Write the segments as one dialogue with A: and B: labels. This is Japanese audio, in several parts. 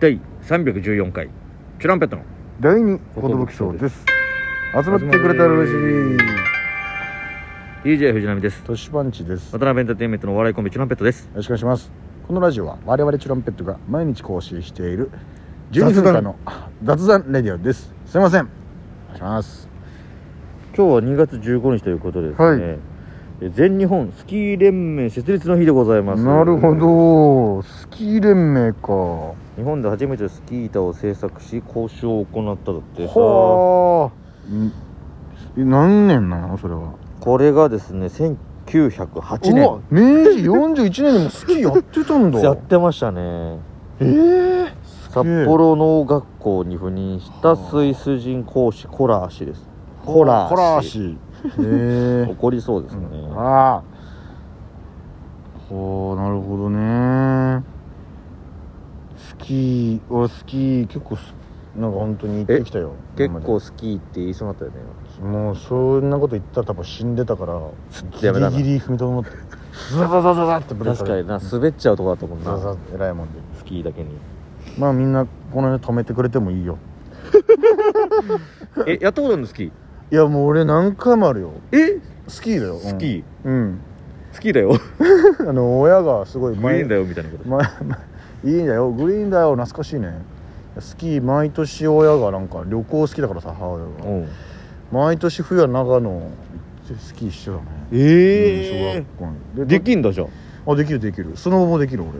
A: 第314回チュランペットの
B: 第二寿賞です集まってくれたら嬉しい
A: DJ 藤波です
B: トシパンチですよ
A: 渡辺エンターテインメントのお笑いコンビチュランペットです
B: ろしくお願いしますこのラジオは我々チュランペットが毎日更新している12
A: 雑談
B: 分間のあ雑談レディオですすいませんお願いします
A: 今日は2月15日ということでですね、
B: はい
A: え全日本スキー連盟設立の日でございます
B: なるほどスキー連盟か
A: 日本で初めてスキー板を制作し交渉を行っただってさこ
B: はあん何年なのそれは
A: れがですね1908
B: うわ
A: 年
B: 明治41年でもスキー やってたんだ
A: やってましたね
B: ええ
A: 札幌農学校に赴任したスイス人講師コラー氏ですコラー氏
B: コラー氏へえ
A: 怒りそうですね、
B: ああほうなるほどねスキー俺スキー結構すなんか本当に行ってきたよ
A: 結
B: 今まで
A: 構スキーって言いそうになったよね
B: もうそんなこと言ったら多分死んでたから
A: やめたな
B: ギリギリ踏みとどまってザザザザザってブレーキ
A: 確かにな
B: ザ
A: 滑っちゃうとこだと思う
B: ザ
A: な
B: ザ偉いもんで
A: スキーだけに
B: まあみんなこの辺止めてくれてもいいよ
A: えやったことあるのスキー
B: いやもう俺何回もあるよ
A: え
B: スキーだよ
A: スキー
B: うん、
A: スキーだよ
B: うん、あの親がすごい
A: いい
B: 前
A: んだよみたいなこと
B: まいいんだよグリーンだよ懐かしいねスキー毎年親がなんか旅行好きだからさ母
A: う
B: 親が
A: ん
B: 毎年冬は長野行ってスキーしてたね
A: え
B: うん小学校に
A: で
B: る
A: きんだじゃん
B: あできるできるスノボもできる俺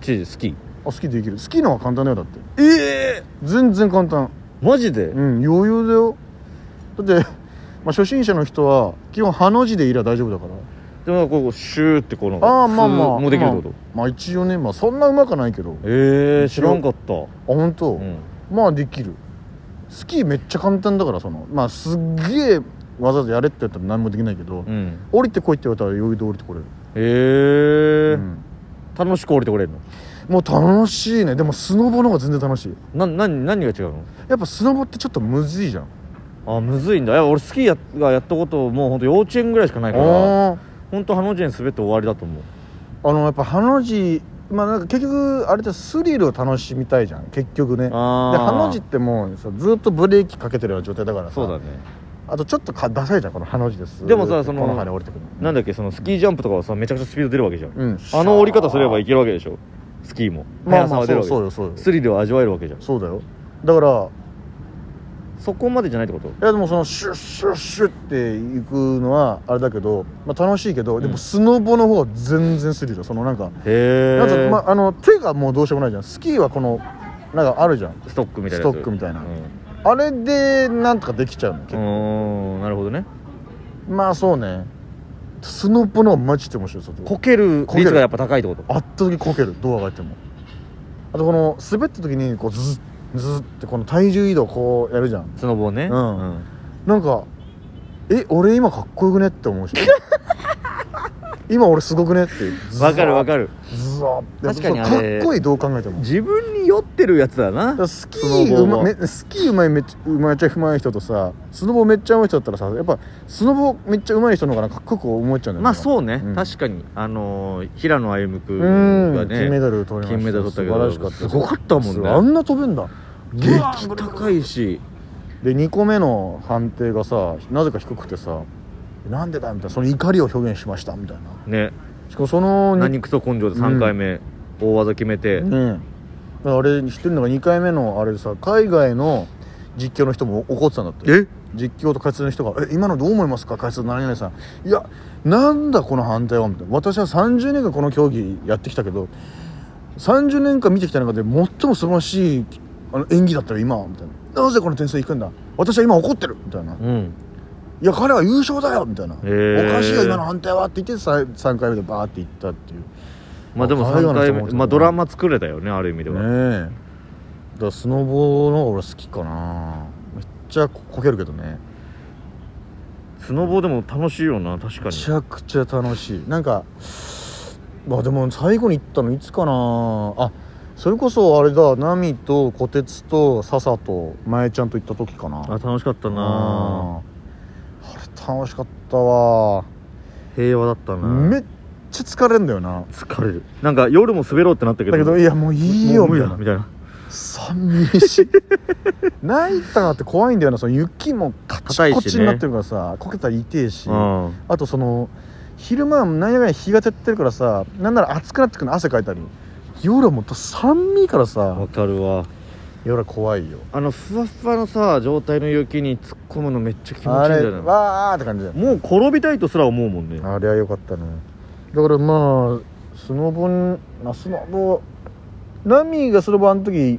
A: チーズスキー
B: あスキーできるスキーの方が簡単だよだって
A: ええ
B: 全然簡単
A: マジで
B: うん余裕だよだって、まあ、初心者の人は基本ハの字でいりゃ大丈夫だから
A: でもなんかこうシューってこうなんか
B: ああまあま
A: スー
B: あ
A: もうできるってこと
B: まあ一応ね、まあ、そんなうまくないけどあ
A: ええ知らんかったう
B: 本当。
A: ん
B: まあできるスキーめっちゃ簡単だからそのまあすっげえわざわざやれって言ったら何もできないけど、
A: うん
B: 降りてこいって言われたら余裕で降りてこれる、
A: ええ
B: うん
A: 楽しく降りてこれるの
B: もう楽しいねでもスノボの方が全然楽しい
A: な何何が違うの
B: やっぱスノボってちょっとむずいじゃん
A: あむずいんだいや俺スキーやがやったこともうほんと幼稚園ぐらいしかないから
B: あ
A: 本当ハの字に滑って終わりだと思う
B: ーあのやっぱハの字まあなんか結局あれってスリルを楽しみたいじゃん結局ねで
A: あー
B: ハの字ってもうさずっとブレーキかけてるような状態だからさ
A: そうだね
B: あとちょっとかダサいじゃんこのハの字です
A: でもさその
B: このハに降りてくる
A: なんだっけそのスキージャンプとかはさめちゃくちゃスピード出るわけじゃん、
B: うん
A: あの折り方すればいけるわけでしょスキーも
B: ま
A: 速さ
B: あまあ
A: は出
B: そ
A: る
B: う
A: わけじゃ
B: そ
A: ん
B: うよそうよ
A: スリルを味わえるわけじゃん
B: そうだよだから
A: そこまでじゃないってこと
B: いやでもそのシュッシュッシュッって行くのはあれだけど、まあ、楽しいけど、で
A: うん
B: もスノボの方は全然スリルそのなんか,、
A: へ
B: なん
A: え、
B: かまあ、あの手がもうどうしようもないじゃんスキーはこのなんかあるじゃん
A: ストックみたいなやつ
B: ストックみたいな
A: うん
B: あれでなんとかできちゃうの
A: う
B: 結構、
A: ーんなるほどね
B: まあそうねスノボの方がマジで面白いそこ
A: こける
B: こける
A: 率がやっぱ高いってこと
B: あった時こけるドアが開いてもあとこの滑った時にこうズッズッってこの体重移動こうやるじゃん
A: スノボをね
B: うんなんかえ俺今かっこよくねって思うし 今俺すごくねっていう
A: わかるわか
B: る
A: る確か
B: 確か
A: に
B: に
A: あ
B: か
A: れ
B: っこいいどう考えてもだか
A: 自分に酔ってるやつだな
B: らスキー
A: スノボ
B: うま
A: も
B: めスキーうまいめっちゃうまいちゃうまい人とさスノボめっちゃうまい人だったらさやっぱスノボめっちゃうまい人の方がなんかかっこよく思っちゃうんだよね
A: まあそうね、
B: うん
A: 確かにあのー平野歩夢君
B: うん
A: が
B: 金メ
A: ね
B: ダル取りました
A: 金メダル取ったけど
B: 素晴らしかった
A: すごかったもんね
B: すごいあんな飛べんだ
A: 激高いし
B: で2個目の判定がさなぜか低くてさなんでだみたいなその怒りを表現しましたみたいな
A: ね
B: しかもその二
A: 何クソ根性で3回目、大技決めて、
B: ねえだからあれ知ってるのが2回目のあれでさ海外の実況の人も怒ってたんだって
A: え
B: 実況と解説の人が「え今のどう思いますか解説の何々さん」「いやなんだこの反対は」みたいな私は30年間この競技やってきたけど30年間見てきた中で最も素晴らしいあの演技だったよ今みたいな「なぜこの点数いくんだ私は今怒ってる」みたい
A: う
B: な「
A: ん
B: いや彼は優勝だよ」みたいな「
A: へえ
B: おかしいよ今の反対は」って言って 3, 3回目でバーって言ったっていう
A: まあでも
B: 海
A: 3
B: 外の
A: 回
B: 人も
A: 目
B: 多いと思う
A: まあドラマ作れたよねある意味では、
B: ねえだからスノボの方が俺好きかなめっちゃここけるけどね
A: スノボでも楽しいよな確か
B: め
A: に
B: ちゃくちゃ楽しいなんかまあでも最後に行ったのいつかなあそれこそあれだナミと虎鉄と笹と前ちゃんと行った時かな
A: あ楽しかった
B: うん
A: な
B: あれ楽しかったわ
A: 平和だったな
B: めっちゃ疲れんだよな
A: 疲れるなんか夜も滑ろうってなったけど
B: だけどいやもういいよ
A: もう
B: み
A: 無
B: た
A: 理
B: い
A: だ
B: な
A: みたいな
B: 寒い しナイターって怖いんだよなその雪もカチコ
A: 硬いし
B: チ
A: ね
B: になってるからさ、こけたら痛いし、
A: うん
B: あとその昼間は何やかんや日が照ってるからさなんなら暑くなってくるの汗かいたり夜はもう寒いからさ
A: わかるわ
B: 夜は怖いよ
A: あのふわふわのさ状態の雪に突っ込むのめっちゃ気持ちいいん
B: あ
A: だ
B: れ
A: よな
B: わーって感じだよ
A: もう転びたいとすら思うもんね
B: あれは良かったねだからまあスノボンあスノボナミがスノボあの時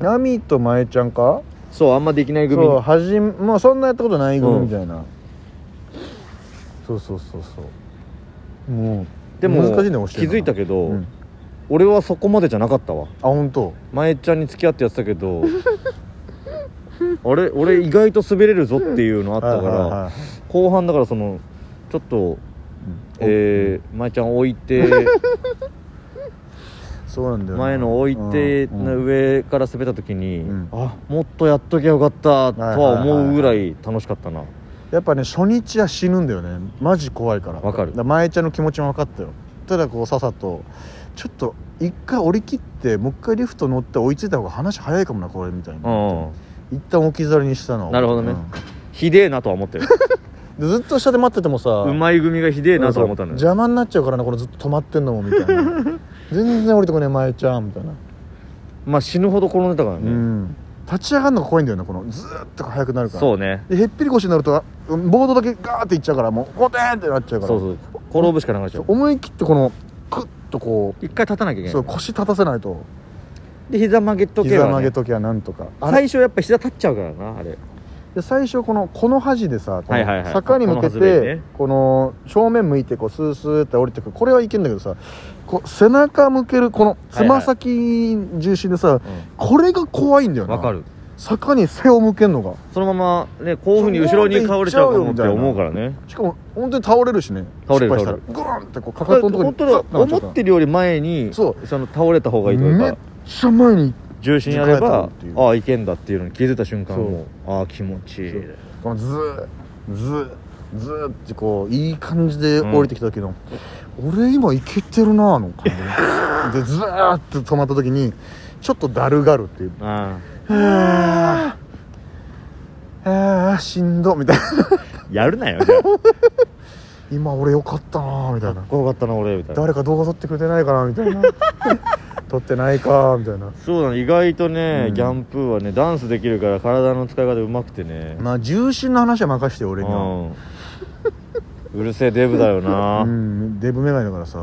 B: ナミとまえちゃんか
A: そうあんまできない組
B: そうはじまあそんなやったことない組みたいな、そうそうそうそうもう
A: でも
B: 難しいね教え
A: 気
B: るの
A: づいたけど、
B: うん
A: 俺はそこまでじゃなかったわ
B: あ本当
A: まえちゃんに付き合ってやってたけどあれ俺意外と滑れるぞっていうのあ
B: あ
A: ったから後半だからそのちょっとえー、まえちゃん置いて
B: そうなんだよな
A: 前の置いて
B: うん
A: の上から滑った時に、
B: うん
A: あもっとやっときゃよかったとは思うぐらい楽しかったな
B: やっぱね初日は死ぬんだよねマジ怖いから
A: わかる
B: だら前ちゃんの気持ちも分かったよただこうさっさとちょっと一回降り切ってもう一回リフト乗って追いついた方が話早いかもなこれみたいな、
A: うん
B: 一旦置き去りにしたの
A: なるほどねひでえなとは思 ってる
B: でずっと下で待っててもさ
A: うまい組がひでえなとは思ったんだよ
B: 邪魔になっちゃうからなこれずっと止まってんのもみたい な全然降りてこねえ前ちゃんみたいな、
A: まあ死ぬほど転んでたから
B: う
A: ね、
B: ん立ち上がるのが怖いんだよねこのずーっと速くなるから
A: そうね
B: でへっぴり腰になるとうんボードだけガーっていっちゃうからもうゴテンってなっちゃうから
A: そうそう転ぶしかなくなっちゃう
B: 思い切ってこのクッとこ
A: 一回立たなきゃいうけ
B: そ
A: な
B: う
A: い
B: 腰立たせないと
A: で膝曲げとけ
B: 膝
A: ば、
B: 曲
A: ね
B: げ、ときはなんとかあれ
A: 最初やっぱ膝立っちゃうからなあれ
B: で最初このこの端でさこ
A: はいはいは
B: の
A: い
B: 坂に向け
A: この外れ
B: て
A: ね
B: この正面向いてこうスースーって降りてくるこれはいけんだけどさこう背中向けるこのつま先重心でさこれが怖いんだよ
A: わ、
B: な
A: かる
B: 坂に背を向けるのが
A: そのままねこういうふうに後ろに倒れちゃうかもって思うからね
B: しかも本当に倒れるしね
A: 倒れる
B: 失敗したらグーンってこうかかとのとこに
A: 本当だ
B: ザッと
A: 思
B: なっちゃう
A: っ
B: か
A: てるより前に
B: そ
A: その倒れた方がいい
B: ら
A: という
B: めっ
A: か
B: ちゃ前に
A: 重心やれ
B: 軸変えた方
A: ば
B: がいいっていう
A: ああいけんだっていうのに気づいた瞬間もうああ気持ちいい
B: そうこのズーズーズーってこういい感じで降りてきた時の、俺今いけてるなあの感じでズーって止まった時にちょっとだるがるっていう
A: あ
B: あーあーしんどみたいな
A: あやるなよじ ゃあ
B: 今俺よかったなあみたいな
A: 怖かったな俺みたいな
B: 誰か動画撮ってくれてないかなみ たいな撮ってないかみたいな
A: そうだね意外とね、
B: うん
A: ギャンプーはねダンスできるから体の使い方うまくてね、
B: まあ重心の話は任してよ俺には
A: うん、うるせえデブだよな、
B: うんデブメガネだからさ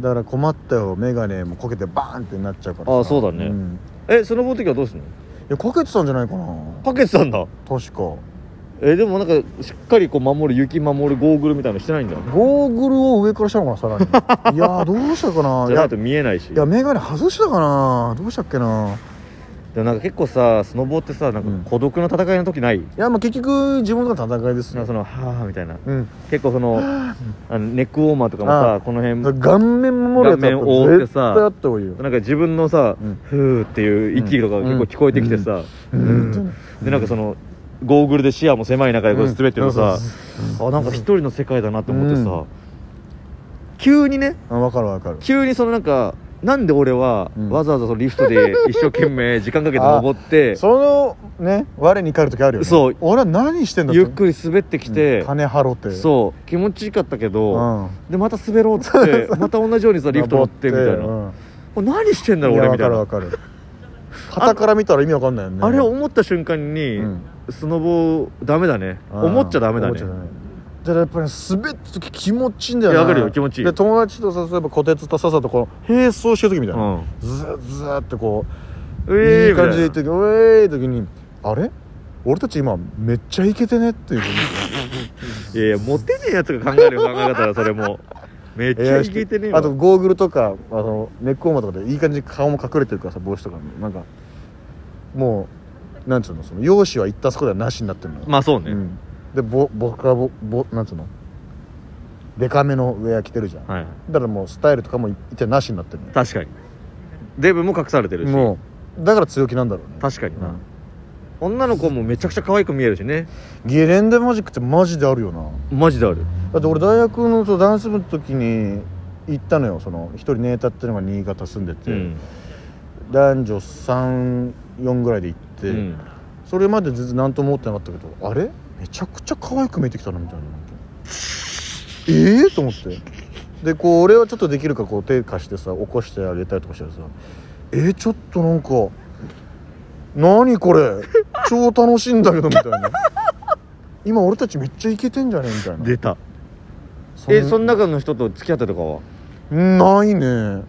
B: だから困ったよメガネもこけてバーンってなっちゃうからさ
A: あそうだね
B: ん
A: えその後の時はどうすんの
B: いやかけてたんじゃないかな
A: かけてたんだ
B: 確か
A: えでもなんかしっかりこう守る雪守るゴーグルみたいなのしてないんだ
B: ゴーグルを上からしたのかなさ らにいやーどうしたかな
A: じゃ
B: い
A: な
B: や
A: いと見えないし
B: いやメガネ外したかなどうしたっけな
A: でもなんか結構さスノボってさなん
B: うん
A: か孤独の戦いの時ない、
B: いやまあ結局自分との戦いです
A: なんか
B: ね
A: そのはあみたいな
B: うん
A: 結構そのあのネックウォーマーとかもさ
B: あ
A: この辺
B: だから顔面守るやつあ
A: 顔面覆って
B: 絶対
A: さ
B: あった方がいいよ
A: なんか自分のさ、
B: うん
A: ふーっていう息とかが結構聞こえてきてさ、
B: うんうん
A: でなんかそのゴーグルで視野も狭い中でこう滑ってるのさ、あなんか一人の世界だなと思ってさ、
B: うん
A: 急にね
B: あ分かる分かる
A: 急にそのなんかなんで俺は
B: うん
A: わざわざそのリフトで一生懸 命時間かけて登って
B: そのね我に返る時あるよね
A: そう
B: 俺は何してんだ
A: ゆっくり滑ってきて、
B: うん金払って
A: そう気持ちいいかったけ
B: う
A: ど、
B: ん
A: でまた滑ろうっつってまた同じようにさリフト乗ってみたいな、
B: 登って
A: これ何してんだ
B: うん
A: ろう
B: いや
A: 俺
B: 分
A: み
B: か
A: たいな
B: る分かる傍から見たら意味わかんないよね
A: あれ思った瞬間に、
B: うん
A: スノボダメだね
B: あー
A: 思っちゃダメだ
B: 思っ
A: ね
B: ちゃだからやっぱり滑った時気持ちいいんだよ
A: い
B: な
A: やわかるよ気持ちいい
B: で友達とさ例えばこてつとさっさとこう並走してる時みたいな、
A: うん
B: ずーずーってこう、
A: ええ
B: いい感じで行ってうえーい時にあれ俺たち今めっちゃイケてねっていうふう
A: いやいやモテねえやつが考える考え方だそれもめっち
B: に
A: ゃイケてねえわ
B: あとゴーグルとかあのネックウォーマーとかでいい感じに顔も隠れてるからさ帽子とかもなんかもうなんつうのその容姿は行ったそこではなしになってるのよ
A: まあそうね、
B: うん、でぼ僕はぼぼなんつうのデカめのウェア着てるじゃん、
A: はい
B: だからもうスタイルとかも一体なしになってるね
A: 確かにデブも隠されてるし
B: もうだから強気なんだろうね
A: 確かにな、
B: うん
A: 女の子もめちゃくちゃ可愛く見えるしね
B: ゲレンデマジックってマジであるよな
A: マジである
B: だって俺大学のそうダンス部の時に行ったのよその一人ネータっていうのが新潟住んでて、
A: うん
B: だ男女34ぐらいで行って、
A: うん
B: それまで全然何とも思ってなかったけどあれめちゃくちゃ可愛く見えてきたなみたいななんかええと思ってでこう俺はちょっとできるからこう手貸してさ起こしてあげたりとかしてさえー、ちょっとなんか何これ超楽しいんだけどみたいな今俺たちめっちゃイケてんじゃねみたいな
A: 出た
B: そん
A: えその中の人と付き合ったとかは
B: ないね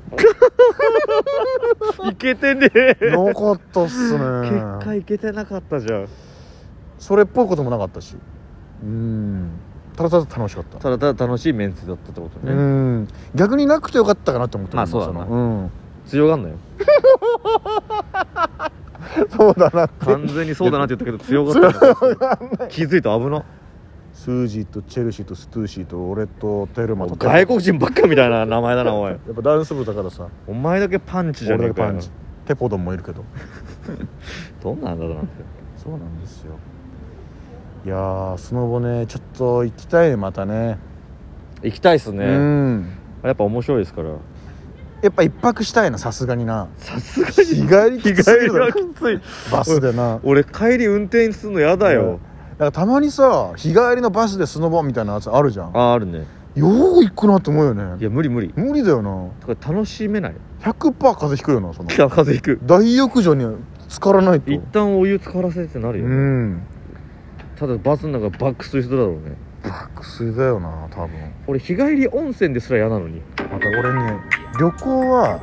A: いけてね
B: なかったっすね
A: 結果いけてなかったじゃん
B: それっぽいこともなかったしうんただただ楽しかった
A: ただただ楽しいメンツだったってこと
B: う
A: ね
B: ん逆になくてよかったかなって思ってる
A: まあそうだな
B: その
A: 強がんなよ
B: うん、そうだなって
A: 完全にそうだなって言ったけど強がったな気づいた危な
B: スージーとチェルシーとストゥーシーと俺とテルマと
A: 外
B: 国
A: 国人ばっかみたいな名前だなおい
B: やっぱダンス部だからさ
A: お前だけパンチじゃ
B: 俺
A: ねえ
B: だけ
A: かよ
B: パンチテポドンもいるけど
A: どんなんだろうなって
B: そうなんですよいやースノボねちょっと行きたいねまたね
A: 行きたいっすね、
B: うん
A: やっぱ面白いですから
B: やっぱ一泊したいなさすがにな
A: さすが
B: 日帰りきついだろ
A: きつい
B: バスでな
A: 俺帰り運転するのやだよ、
B: だからたまにさ日帰りのバスでスノボみたいなやつあるじゃんよ
A: あああるね
B: う行くなって思うよ
A: い
B: ね
A: や無理無理
B: 無理だよな
A: これ楽しめない
B: 100%風邪ひくよなその
A: 風邪ひく
B: 大浴場に浸からないと
A: 一旦お湯浸からせてなる
B: う
A: よ、
B: ん
A: ただバスの中バックする人だろうね
B: 爆睡だよな多分
A: 俺日帰り温泉ですら嫌なのに
B: また俺ね旅行は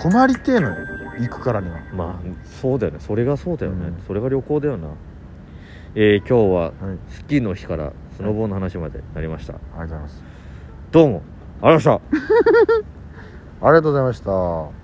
B: 泊まりてえのよ行くからには
A: まあそうだよねそれがそうだよね、
B: うん
A: それが旅行だよなえー、今日は
B: はいあり
A: スキーの日からスノボーの話までなりました、
B: がとうございます
A: どうもありがとうございました
B: ありがとうございました